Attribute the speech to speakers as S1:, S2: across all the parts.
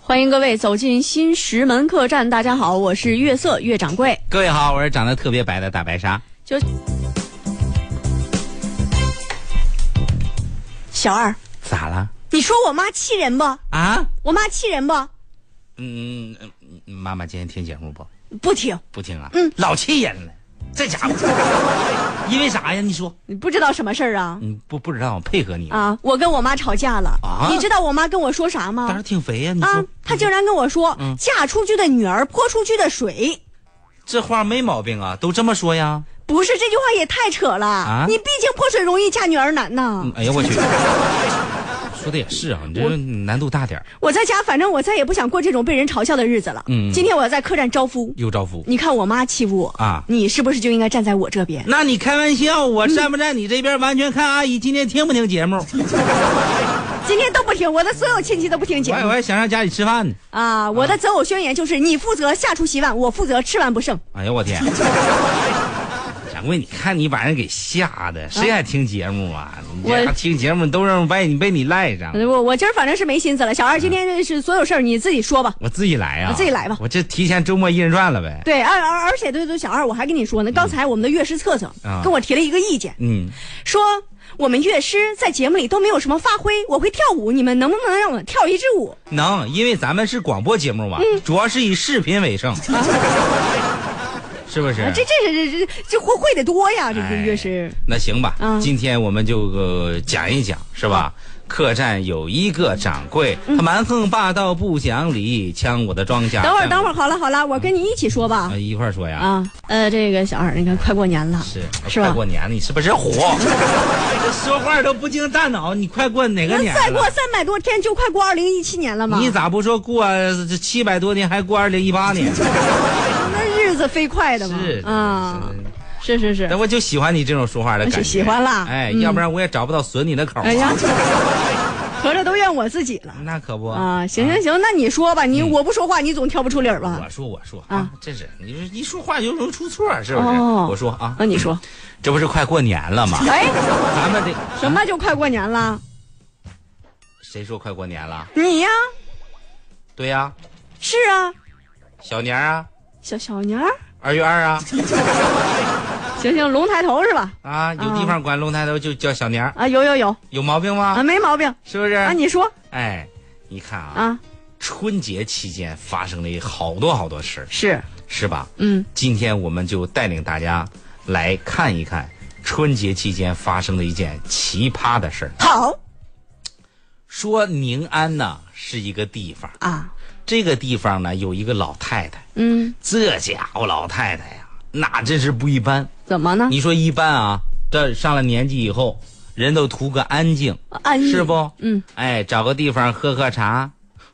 S1: 欢迎各位走进新石门客栈。大家好，我是月色月掌柜。
S2: 各位好，我是长得特别白的大白鲨。
S1: 就小二，
S2: 咋了？
S1: 你说我妈气人不？
S2: 啊？
S1: 我妈气人不？
S2: 嗯，嗯嗯妈妈今天听节目不？
S1: 不听，
S2: 不听啊？嗯，老气人了，这家伙。 因为啥呀？你说？
S1: 你不知道什么事儿啊？
S2: 嗯，不不知道，配合你。
S1: 啊，我跟我妈吵架了。
S2: 啊
S1: 你知道我妈跟我说啥
S2: 当
S1: 吗
S2: 时？挺肥呀、你
S1: 啊
S2: 说，嗯
S1: 她竟然跟我说，嫁出去的女儿泼出去的水。
S2: 这话没毛病啊，都这么说呀。
S1: 不是这句话也太扯了！你毕竟泼水容易嫁女儿难呐。
S2: 啊嗯哎呀，我 去，说的也是啊，你这难度大点儿
S1: 我在家，反正我再也不想过这种被人嘲笑的日子了。
S2: 嗯
S1: 今天我要在客栈招夫，
S2: 又招夫。
S1: 你看我妈欺负我
S2: 啊
S1: 你是不是就应该站在我这边？
S2: 那你开玩笑，我站不站你这边，完全看阿姨今天听不嗯听节目。
S1: 今天都不听，我的所有亲戚都不听
S2: 我
S1: 节
S2: 还我
S1: 目
S2: 还想上家里吃饭呢。
S1: 啊！我的择偶宣言就是：你负责下厨洗碗，我负责吃完不剩。
S2: 哎呀，我天！掌柜，你看你把人给吓的，谁还听节目啊？你这
S1: 我嗯
S2: 还听节目都让被你被你赖上。
S1: 呃我我今儿反正是没心思了。小二，今天是所有事儿你自己说吧。
S2: 我自己来啊，
S1: 我自己来吧
S2: 我这提前周末一人转了呗。
S1: 对，而而而且对对，小二，我还跟你说呢，刚才我们的乐师策策
S2: 嗯啊
S1: 跟我提了一个意见，
S2: 嗯，
S1: 说我们乐师在节目里都没有什么发挥，我会跳舞，你们能不能让我跳一支舞？
S2: 能，因为咱们是广播节目嘛，
S1: 嗯
S2: 主要是以视频为 胜，是不是？
S1: 啊这这这这这这会会的多呀，这
S2: 哎
S1: 这乐师。
S2: 那行吧，
S1: 嗯
S2: 今天我们就、呃讲一讲，是吧？客栈有一个掌柜，他蛮横霸道不讲理，抢我的庄稼。
S1: 嗯等会儿，等
S2: 啊
S1: 会
S2: 会
S1: 儿，好了好了，我跟你一起说吧。
S2: 一块儿说呀。
S1: 啊，呃，这个小二，你看快过年了，
S2: 是
S1: 是吧
S2: 快过年了，你是不是虎？这 说话都不经大脑，你快过哪个
S1: 那
S2: 年
S1: 再过
S2: 了？
S1: 三百多天就快过二零一七年了嘛，
S2: 你咋不说过这七百多年，还过二零一八年？
S1: 那日子飞快的嘛
S2: 是，
S1: 啊，
S2: 是
S1: 是是
S2: 那
S1: 是，
S2: 我就喜欢你这种说话的感觉，
S1: 喜欢啦
S2: 哎，
S1: 嗯
S2: 要不然我也找不到损你的口儿啊。
S1: 哎呀，合着都怨我自己了
S2: 那可不
S1: 啊！行行行，那你说吧，你我不说话，你总挑不出理儿吧
S2: 嗯我？说我说
S1: 啊
S2: 啊，这是你说一说话就容易出错，是不是？
S1: 哦
S2: 我说啊
S1: 那，你说，
S2: 这不是快过年 了吗？
S1: 哎，
S2: 咱们得
S1: 什么就快过年了？
S2: 谁说快过年了？
S1: 你呀，
S2: 对呀、
S1: 是啊，
S2: 小年儿啊，
S1: 小小年儿，
S2: 二月二啊
S1: 行行，龙抬头是吧？
S2: 啊，有地方管龙抬头就叫小年儿，
S1: 啊，有有有
S2: 有毛病吗
S1: 啊，？没毛病
S2: 是不是？
S1: 啊，你说
S2: 哎，你看啊，
S1: 啊，
S2: 春节期间发生了好多好多事儿，
S1: 是，
S2: 是吧？
S1: 嗯，
S2: 今天我们就带领大家来看一看春节期间发生的一件奇葩的事儿。
S1: 好
S2: 说宁安呢是一个地方，
S1: 啊，
S2: 这个地方呢有一个老太太，
S1: 嗯，
S2: 这家伙老太太呀，那真是不一般。
S1: 怎么呢？
S2: 你说一般啊，这上了年纪以后，人都图个安静，
S1: 安逸
S2: 是不？
S1: 嗯，
S2: 哎，找个地方喝喝茶，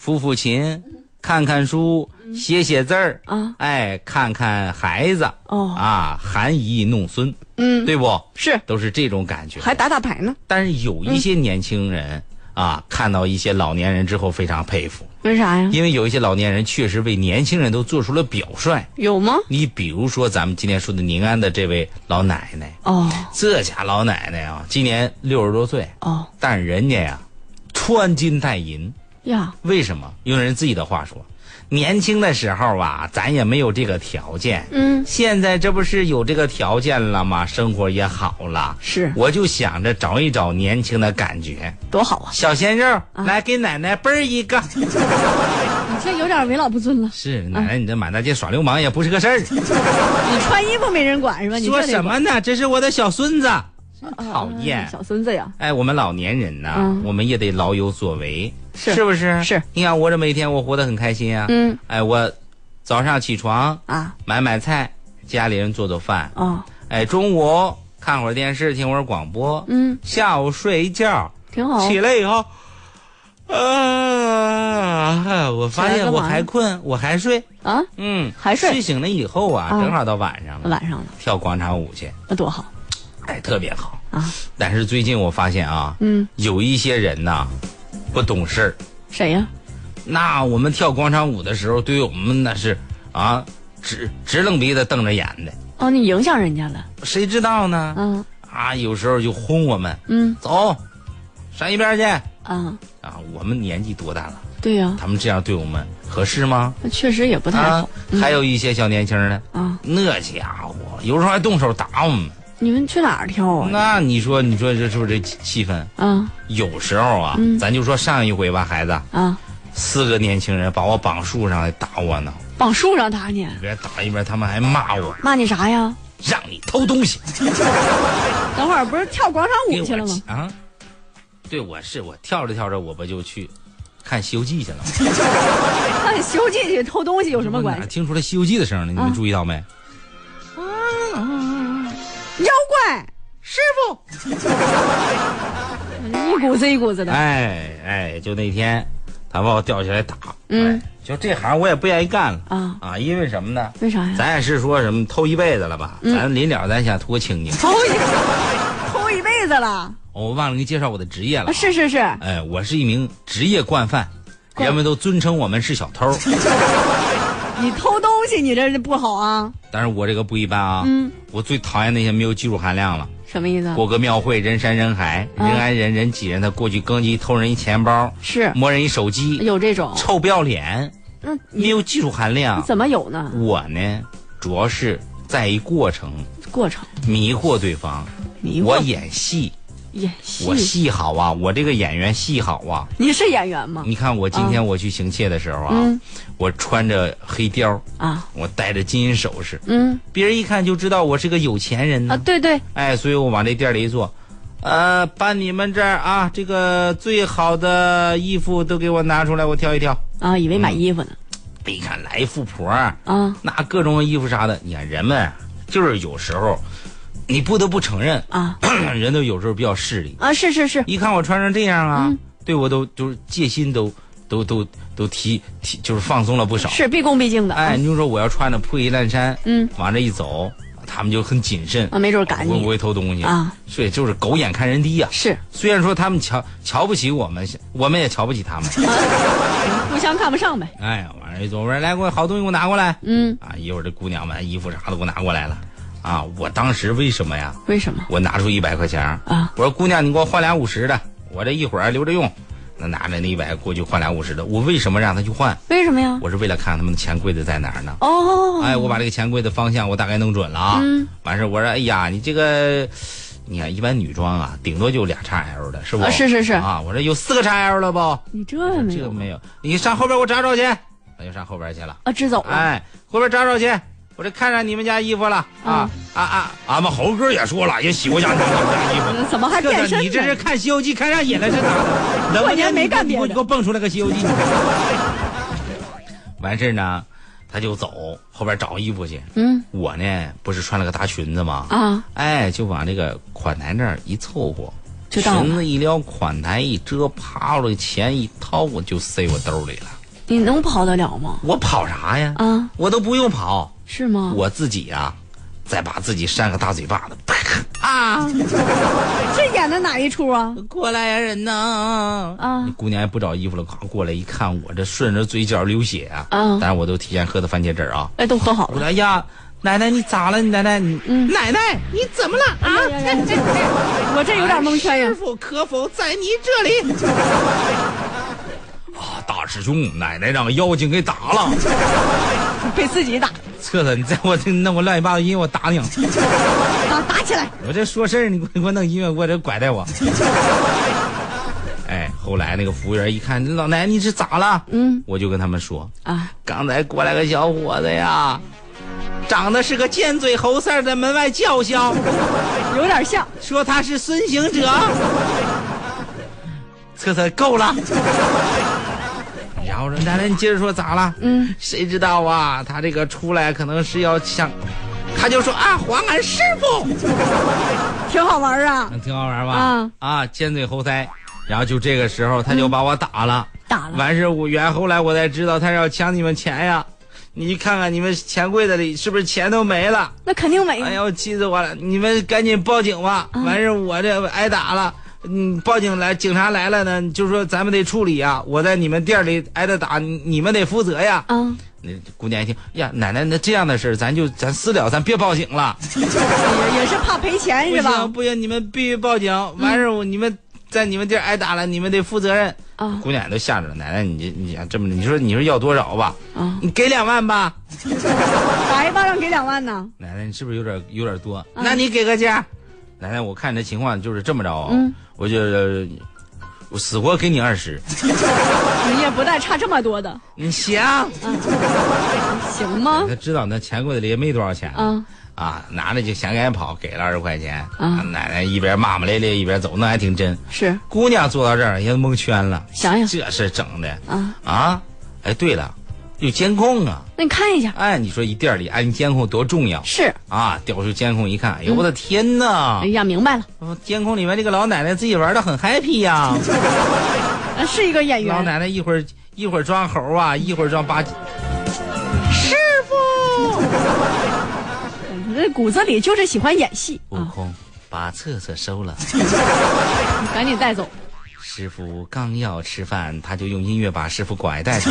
S2: 抚抚琴，看看书，
S1: 嗯
S2: 写写字儿
S1: 啊，
S2: 哎，看看孩子
S1: 哦
S2: 啊，含饴弄孙，
S1: 嗯，
S2: 对不？
S1: 是，
S2: 都是这种感觉。
S1: 还嗯打打牌呢？
S2: 但是有一些年轻人、啊，看到一些老年人之后非常佩服，
S1: 为啥呀？
S2: 因为有一些老年人确实为年轻人都做出了表率。
S1: 有吗？
S2: 你比如说咱们今天说的宁安的这位老奶奶，
S1: 哦
S2: 这家老奶奶啊，今年六十多岁，
S1: 哦
S2: 但人家呀，穿金戴银。
S1: 呀，
S2: 为什么？用人自己的话说，年轻的时候啊，咱也没有这个条件。
S1: 嗯，
S2: 现在这不是有这个条件了吗？生活也好了。
S1: 是
S2: 我就想着找一找年轻的感觉。
S1: 多好啊！
S2: 小鲜肉，来给奶奶啵儿一 个。
S1: 你这有点为老不尊了。
S2: 是奶奶，你这满大街耍流氓也不是个事儿。啊
S1: 你穿衣服没人管是嗯吧？你
S2: 说
S1: 这得
S2: 什么呢？这是我的小孙子，真
S1: 管？
S2: 讨厌
S1: 啊。小孙子呀！
S2: 哎，我们老年人呐，
S1: 嗯
S2: 我们也得老有所为，
S1: 是
S2: 不是？
S1: 是。
S2: 你看我这每天我活得很开心啊。
S1: 嗯。
S2: 哎，我早上起床
S1: 啊
S2: 买买菜，家里人做做饭。
S1: 哦，
S2: 哎，中午看会儿电视，听会儿广播。
S1: 嗯，
S2: 下午睡一觉，
S1: 挺好。
S2: 起来以后，啊，我发
S1: 起来
S2: 现
S1: 干
S2: 我
S1: 嘛呀
S2: 还困，我还睡。
S1: 啊，
S2: 嗯，
S1: 还睡
S2: 睡醒了以后啊，
S1: 啊
S2: 正好到晚上了，
S1: 晚上了，
S2: 跳广场舞去，
S1: 那多好
S2: 哎，特别好。
S1: 啊！
S2: 但是最近我发现啊，
S1: 嗯，
S2: 有一些人呐、不懂事儿。
S1: 谁呀？
S2: 那我们跳广场舞的时候，对于我们那是啊，直直愣鼻子瞪着眼的，
S1: 哦，你影响人家了。
S2: 谁知道呢？
S1: 嗯
S2: 啊，有时候就轰我们，
S1: 嗯
S2: 走，上一边去
S1: 啊
S2: 啊！我们年纪多大了？
S3: 对呀、
S2: 他们这样对我们合适吗？
S3: 那确实也不太
S2: 啊
S3: 好。，嗯
S2: 还有一些小年轻儿呢，
S3: 啊，
S2: 那家伙有时候还动手打我们。
S3: 你们去哪儿跳啊？
S2: 那你说，你说这是不是这气氛？
S3: 啊
S2: 有时候啊，
S3: 嗯
S2: 咱就说上一回吧，孩子，
S3: 啊，
S2: 四个年轻人把我绑树上来打我呢，
S3: 绑树上打你，
S2: 一边打一边他们还骂我，
S3: 骂你啥呀？
S2: 让你偷东西，
S1: 等会儿不是跳广场
S2: 给
S1: 舞去
S2: 我
S1: 了吗？
S2: 啊！对，我是我跳着跳着我不就去看《西游记》去了吗？
S1: 那
S3: 哎
S1: 你修进去偷东西有什么关
S2: 我哪
S1: 系？
S2: 听出来《西游记》的声了？你们
S3: 啊
S2: 注意到没？
S1: 妖怪师傅，
S3: 一股子一股子的，
S2: 哎哎，就那天他把我吊起来打，
S3: 嗯
S2: 哎，就这行我也不愿意干了
S3: 啊
S2: 啊，因为什么呢？
S3: 为啥呀？
S2: 咱也是说什么偷一辈子了吧？
S3: 嗯
S2: 咱临了咱想图个清净。
S1: 偷一偷一辈子了，
S2: 我忘了给你介绍我的职业了
S1: 啊、。是是是，
S2: 哎，我是一名职业惯犯，
S1: 惯
S2: 人们都尊称我们是小 偷，
S1: 你偷东西你这不好啊！
S2: 但是我这个不一般啊。
S3: 嗯，
S2: 我最讨厌那些没有技术含量了。
S3: 什么意思啊？
S2: 过个庙会，人山人海，人
S3: 啊
S2: 挨人，人挤人的，过去更叽偷人一钱包，
S3: 是
S2: 摸人一手机，
S3: 有这种，
S2: 臭不要脸，
S3: 那
S2: 没
S3: 你
S2: 有技术含量。
S3: 怎么有呢？
S2: 我呢，主要是在意过程，
S3: 过程
S2: 迷惑对方。
S3: 迷惑
S2: 我演戏，
S3: 演戏
S2: 我，戏好啊，我这个演员戏好啊。
S3: 你是演员吗？
S2: 你看我今天我去行窃的时候啊，
S3: 嗯
S2: 我穿着黑貂，
S3: 啊
S2: 我戴着金银首饰，
S3: 嗯
S2: 别人一看就知道我是个有钱人呢、
S3: 啊，对对，
S2: 哎，所以我往这店里一坐，呃，把你们这儿啊这个最好的衣服都给我拿出来，我挑一挑。
S3: 啊，以为
S2: 嗯
S3: 买衣服呢
S2: 一看来一富婆儿，
S3: 啊
S2: 那各种衣服啥的，你看人们就是有时候，你不得不承认，
S3: 啊
S2: 人都有时候比较势利。
S3: 啊，是是是，
S2: 一看我穿成这样啊，
S3: 嗯
S2: 对我都就是戒心都都都都提提就是放松了不少。
S3: 是毕恭毕敬的，
S2: 哎，
S3: 啊
S2: 你就说我要穿的破衣烂衫，
S3: 嗯
S2: 往这一走，他们就很谨慎
S3: 啊，没准赶
S2: 会不
S3: 你
S2: 会偷东西
S3: 啊？
S2: 所以就是狗眼看人低呀、
S3: 是
S2: 虽然说他们瞧瞧不起我们，我们也瞧不起 他们。
S3: 互相看不上呗，
S2: 哎，往这一走，我说来，给我好东西给我拿过来
S3: 嗯，
S2: 啊！一会儿这姑娘把衣服啥的给我拿过来了啊！我当时为什么呀？
S3: 为什么
S2: 我拿出一百块钱儿
S3: 啊？
S2: 我说姑娘，你给我换俩五十的，我这一会儿留着用。那拿着那一百过去换俩五十的，我为什么让他去换？
S3: 为什么呀？
S2: 我是为了看看他们的钱柜子在哪儿呢。
S3: 哦，
S2: 哎，我把这个钱柜的方向我大概弄准了啊。
S3: 嗯
S2: 完事儿我说，哎呀，你这个，你看一般女装啊，顶多就俩 XL 的，是不？
S3: 啊是是是
S2: 啊，我说有四个 XL 了不？
S3: 你这没
S2: 这个
S3: 有
S2: 没有，你上后边给我找找去。我就上后边去了。
S3: 啊，支走了，
S2: 哎，后边找找去，我这看上你们家衣服了
S3: 嗯
S2: 啊啊啊！俺们猴哥也说了，也喜欢上你们家衣服。
S1: 怎么还
S2: 这
S1: 变身
S2: 个
S1: 呢？
S2: 你这是看《西游记》看上瘾了是咋的？冷不丁你给我你给我蹦出来个《西游记》。 完事儿呢，他就走，后边找衣服去。
S3: 嗯
S2: 我呢，不是穿了个大裙子吗？
S3: 啊，
S2: 哎，就往这个款台那儿一凑合，
S3: 就到了
S2: 裙子一撩，款台一遮，啪，我这钱一掏，我就塞我兜里了。
S3: 你能跑得了吗？
S2: 我跑啥呀？
S3: 啊，
S2: 我都不用跑，
S3: 是吗？
S2: 我自己呀、再把自己扇个大嘴巴子， 啪！
S3: 啊，
S1: 这演的哪一出啊？
S2: 过来呀、人呐！
S3: 啊
S2: 那姑娘也不找衣服了，咵过来一看，我这顺着嘴角流血啊！
S3: 啊
S2: 但是我都提前喝的番茄汁儿啊！
S3: 哎，都喝好
S2: 我
S3: 了，
S2: 说哎呀，奶奶你咋了？你奶奶，你
S3: 嗯
S2: 奶奶你怎么了啊？
S3: 哎我这有点蒙圈
S2: 师
S3: 呀。
S2: 傅可否在你这里？ 啊，大师兄，奶奶让妖精给打了。
S3: 被自己打
S2: 策策，你在我这弄我乱七八糟音乐，我打你！啊
S3: 打啊打起来，
S2: 我这说事儿，你给我你给我弄音乐，我这拐带我。 哎，后来那个服务员一看，老奶奶你是咋了？
S3: 嗯
S2: 我就跟他们说，
S3: 啊，
S2: 刚才过来个小伙子呀，长得是个尖嘴猴腮儿，在门外叫嚣，
S3: 有点像，
S2: 说他是孙行者。策策够了。然后说奶奶，你接着说咋了？
S3: 嗯，
S2: 谁知道啊？他这个出来可能是要想，他就说啊，还俺师傅。
S1: 挺好玩啊！
S2: 挺好玩吧？
S3: 嗯啊
S2: 尖嘴猴腮，然后就这个时候他就把我打了，
S3: 打了
S2: 完事我原后来我才知道他是要抢你们钱呀，你看看你们钱柜子里是不是钱都没了？
S3: 那肯定没
S2: 哎呀，我气死我了！你们赶紧报警吧！
S1: 啊
S2: 完事我这挨打了。嗯，报警来，警察来了呢，就说咱们得处理啊！我在你们店里挨的打，你你们得负责呀！
S3: 啊，
S2: 那姑娘一听，哎呀，奶奶，那这样的事儿咱就咱私了，咱别报警了。
S1: 也也是怕赔钱
S2: 不
S1: 是吧
S2: 行？不行，你们必须报警！完事儿我你们在你们地儿挨打了，你们得负责任。
S1: 啊
S2: 姑娘也都吓着了，奶奶你这你这么你说你说要多少吧？
S1: 啊，
S2: 你给两万吧。
S3: 打一巴掌给两万呢？
S2: 奶奶，你是不是有点有点多？那你给个价。奶奶，我看你这情况就是这么着啊、
S1: 嗯
S2: 我就我死活给你二十，
S3: 你也不带差这么多的，
S2: 你行？
S3: 行吗？
S2: 他知道那钱柜子里也没多少钱
S1: 啊
S2: 啊，拿着就想赶紧跑，给了二十块钱。
S1: 啊
S2: 奶奶一边骂骂咧咧一边走，那还挺真。
S1: 是
S2: 姑娘坐到这儿也蒙圈了，
S1: 想想
S2: 这事整的
S1: 啊，
S2: 啊！哎，对了，有监控啊！
S1: 那你看一下，
S2: 哎，你说一店里安监控多重要
S1: 是，
S2: 啊！调出监控一看，哎呦我的天呐！
S1: 哎呀，明白了，
S2: 哦监控里面这个老奶奶自己玩的很 happy 呀、
S3: 呃是一个演
S2: 老
S3: 员，
S2: 奶奶一会儿一会儿装猴啊，一会儿装八戒，
S1: 师傅，
S3: 这骨子里就是喜欢演戏
S2: 悟
S3: 啊！
S2: 空把策策收了，
S3: 你赶紧带走，
S2: 师傅刚要吃饭，他就用音乐把师傅拐带 走。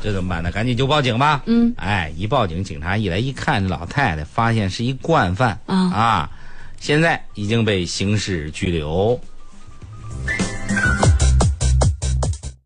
S2: 这怎么办呢？赶紧就报警吧。
S1: 嗯，
S2: 哎，一报警，警察一来一看，这老太太发现是一惯犯
S1: 啊
S2: 啊，现在已经被刑事拘留。